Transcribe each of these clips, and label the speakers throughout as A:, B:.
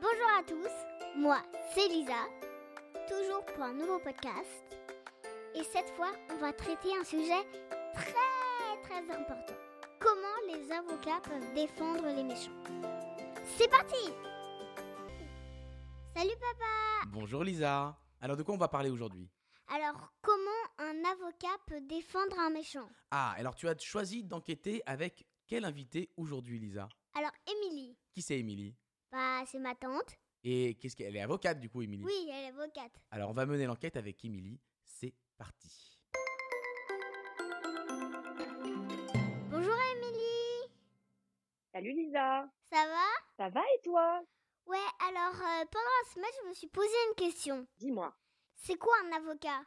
A: Bonjour à tous, moi c'est Lisa, toujours pour un nouveau podcast. Et cette fois, on va traiter un sujet très très important. Comment les avocats peuvent défendre les méchants C'est parti Salut papa
B: Bonjour Lisa. Alors de quoi on va parler aujourd'hui
A: Alors, comment un avocat peut défendre un méchant
B: Ah, alors tu as choisi d'enquêter avec quel invité aujourd'hui Lisa
A: Alors, Émilie,
B: Qui c'est Émilie
A: bah c'est ma tante.
B: Et qu'est-ce qu'elle est avocate du coup Émilie
A: Oui, elle est avocate.
B: Alors on va mener l'enquête avec Émilie. C'est parti.
A: Bonjour Émilie,
C: Salut Lisa,
A: ça va
C: ça va et toi
A: Ouais, alors euh, pendant la semaine, je me suis posé une question.
C: Dis-moi,
A: C'est quoi un avocat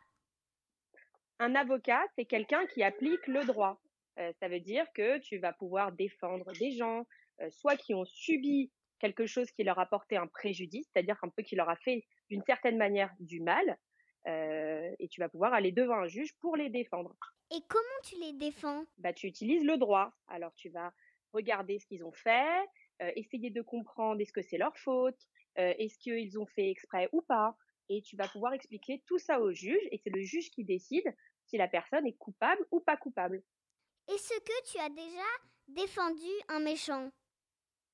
C: un avocat, c'est quelqu'un qui applique le droit. Euh, ça veut dire que tu vas pouvoir défendre des gens, euh, soit qui ont subi quelque chose qui leur a porté un préjudice, c'est-à-dire un peu qui leur a fait d'une certaine manière du mal, euh, et tu vas pouvoir aller devant un juge pour les défendre.
A: Et comment tu les défends
C: bah, tu utilises le droit. Alors, tu vas regarder ce qu'ils ont fait, euh, essayer de comprendre est-ce que c'est leur faute, euh, est-ce qu'ils ont fait exprès ou pas, et tu vas pouvoir expliquer tout ça au juge, et c'est le juge qui décide si la personne est coupable ou pas coupable.
A: Est-ce que tu as déjà défendu un méchant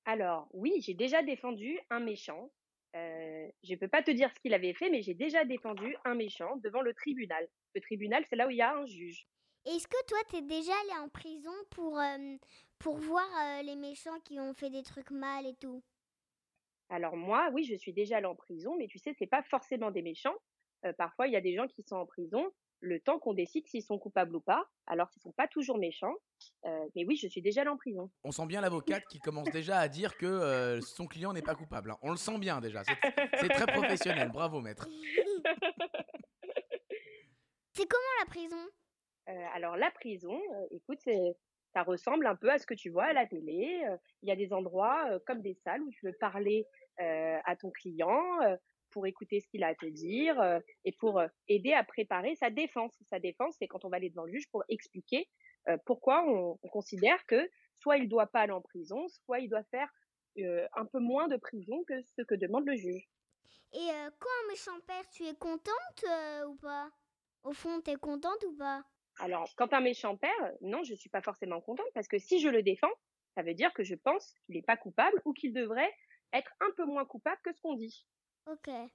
C: Alors, oui, j'ai déjà défendu un méchant. Euh, je ne peux pas te dire ce qu'il avait fait, mais j'ai déjà défendu un méchant devant le tribunal. Le tribunal, c'est là où il y a un juge.
A: Est-ce que toi, t'es déjà allé en prison pour, euh, pour voir euh, les méchants qui ont fait des trucs mal et tout
C: Alors moi, oui, je suis déjà allée en prison, mais tu sais, c'est pas forcément des méchants. Euh, parfois, il y a des gens qui sont en prison le temps qu'on décide s'ils sont coupables ou pas, alors qu'ils sont pas toujours méchants. Euh, mais oui, je suis déjà allée en prison.
B: On sent bien l'avocate qui commence déjà à dire que euh, son client n'est pas coupable. hein. On le sent bien déjà. C'est c'est très professionnel. Bravo maître.
A: C'est comment la prison
C: Euh, alors la prison, euh, écoute, c'est- ça ressemble un peu à ce que tu vois à la télé. Euh, Il y a des endroits euh, comme des salles où tu peux parler euh, à ton client euh, pour écouter ce qu'il a à te dire euh, et pour euh, aider à préparer sa défense. Sa défense, c'est quand on va aller devant le juge pour expliquer euh, pourquoi on, on considère que soit il doit pas aller en prison, soit il doit faire euh, un peu moins de prison que ce que demande le juge.
A: Et euh, quand un méchant perd, tu es contente euh, ou pas Au fond, t'es contente ou pas
C: Alors, quand un méchant perd, non, je suis pas forcément contente parce que si je le défends, ça veut dire que je pense qu'il n'est pas coupable ou qu'il devrait être un peu moins coupable que ce qu'on dit.
A: Ok. Ah,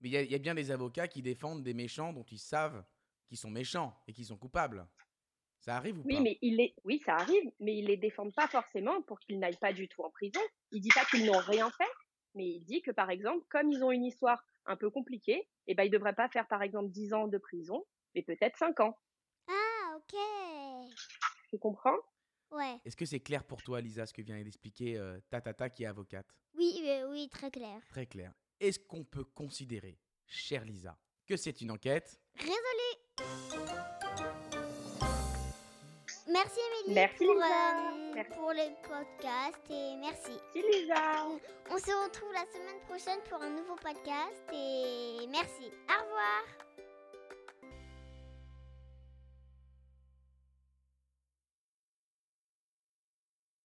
B: Mais il y, a- il y a bien des avocats qui défendent des méchants dont ils savent qu'ils sont méchants et qu'ils sont coupables. Ça arrive ou
C: Oui,
B: pas
C: mais il les, oui, ça arrive, mais ils les défendent pas forcément pour qu'ils n'aillent pas du tout en prison. Il dit pas qu'ils n'ont rien fait, mais il dit que par exemple, comme ils ont une histoire un peu compliquée, eh ben ils devraient pas faire par exemple 10 ans de prison, mais peut-être 5 ans.
A: Ah, ok.
C: Tu comprends
A: Ouais.
B: Est-ce que c'est clair pour toi Lisa ce que vient d'expliquer euh, ta tata qui est avocate
A: Oui, euh, oui, très clair.
B: Très clair. Est-ce qu'on peut considérer, chère Lisa, que c'est une enquête
A: Résolu Merci Émilie
C: Merci,
A: pour,
C: Lisa.
A: euh,
C: Merci.
A: pour le podcast et merci.
C: Si Lisa.
A: On se retrouve la semaine prochaine pour un nouveau podcast et merci. Au revoir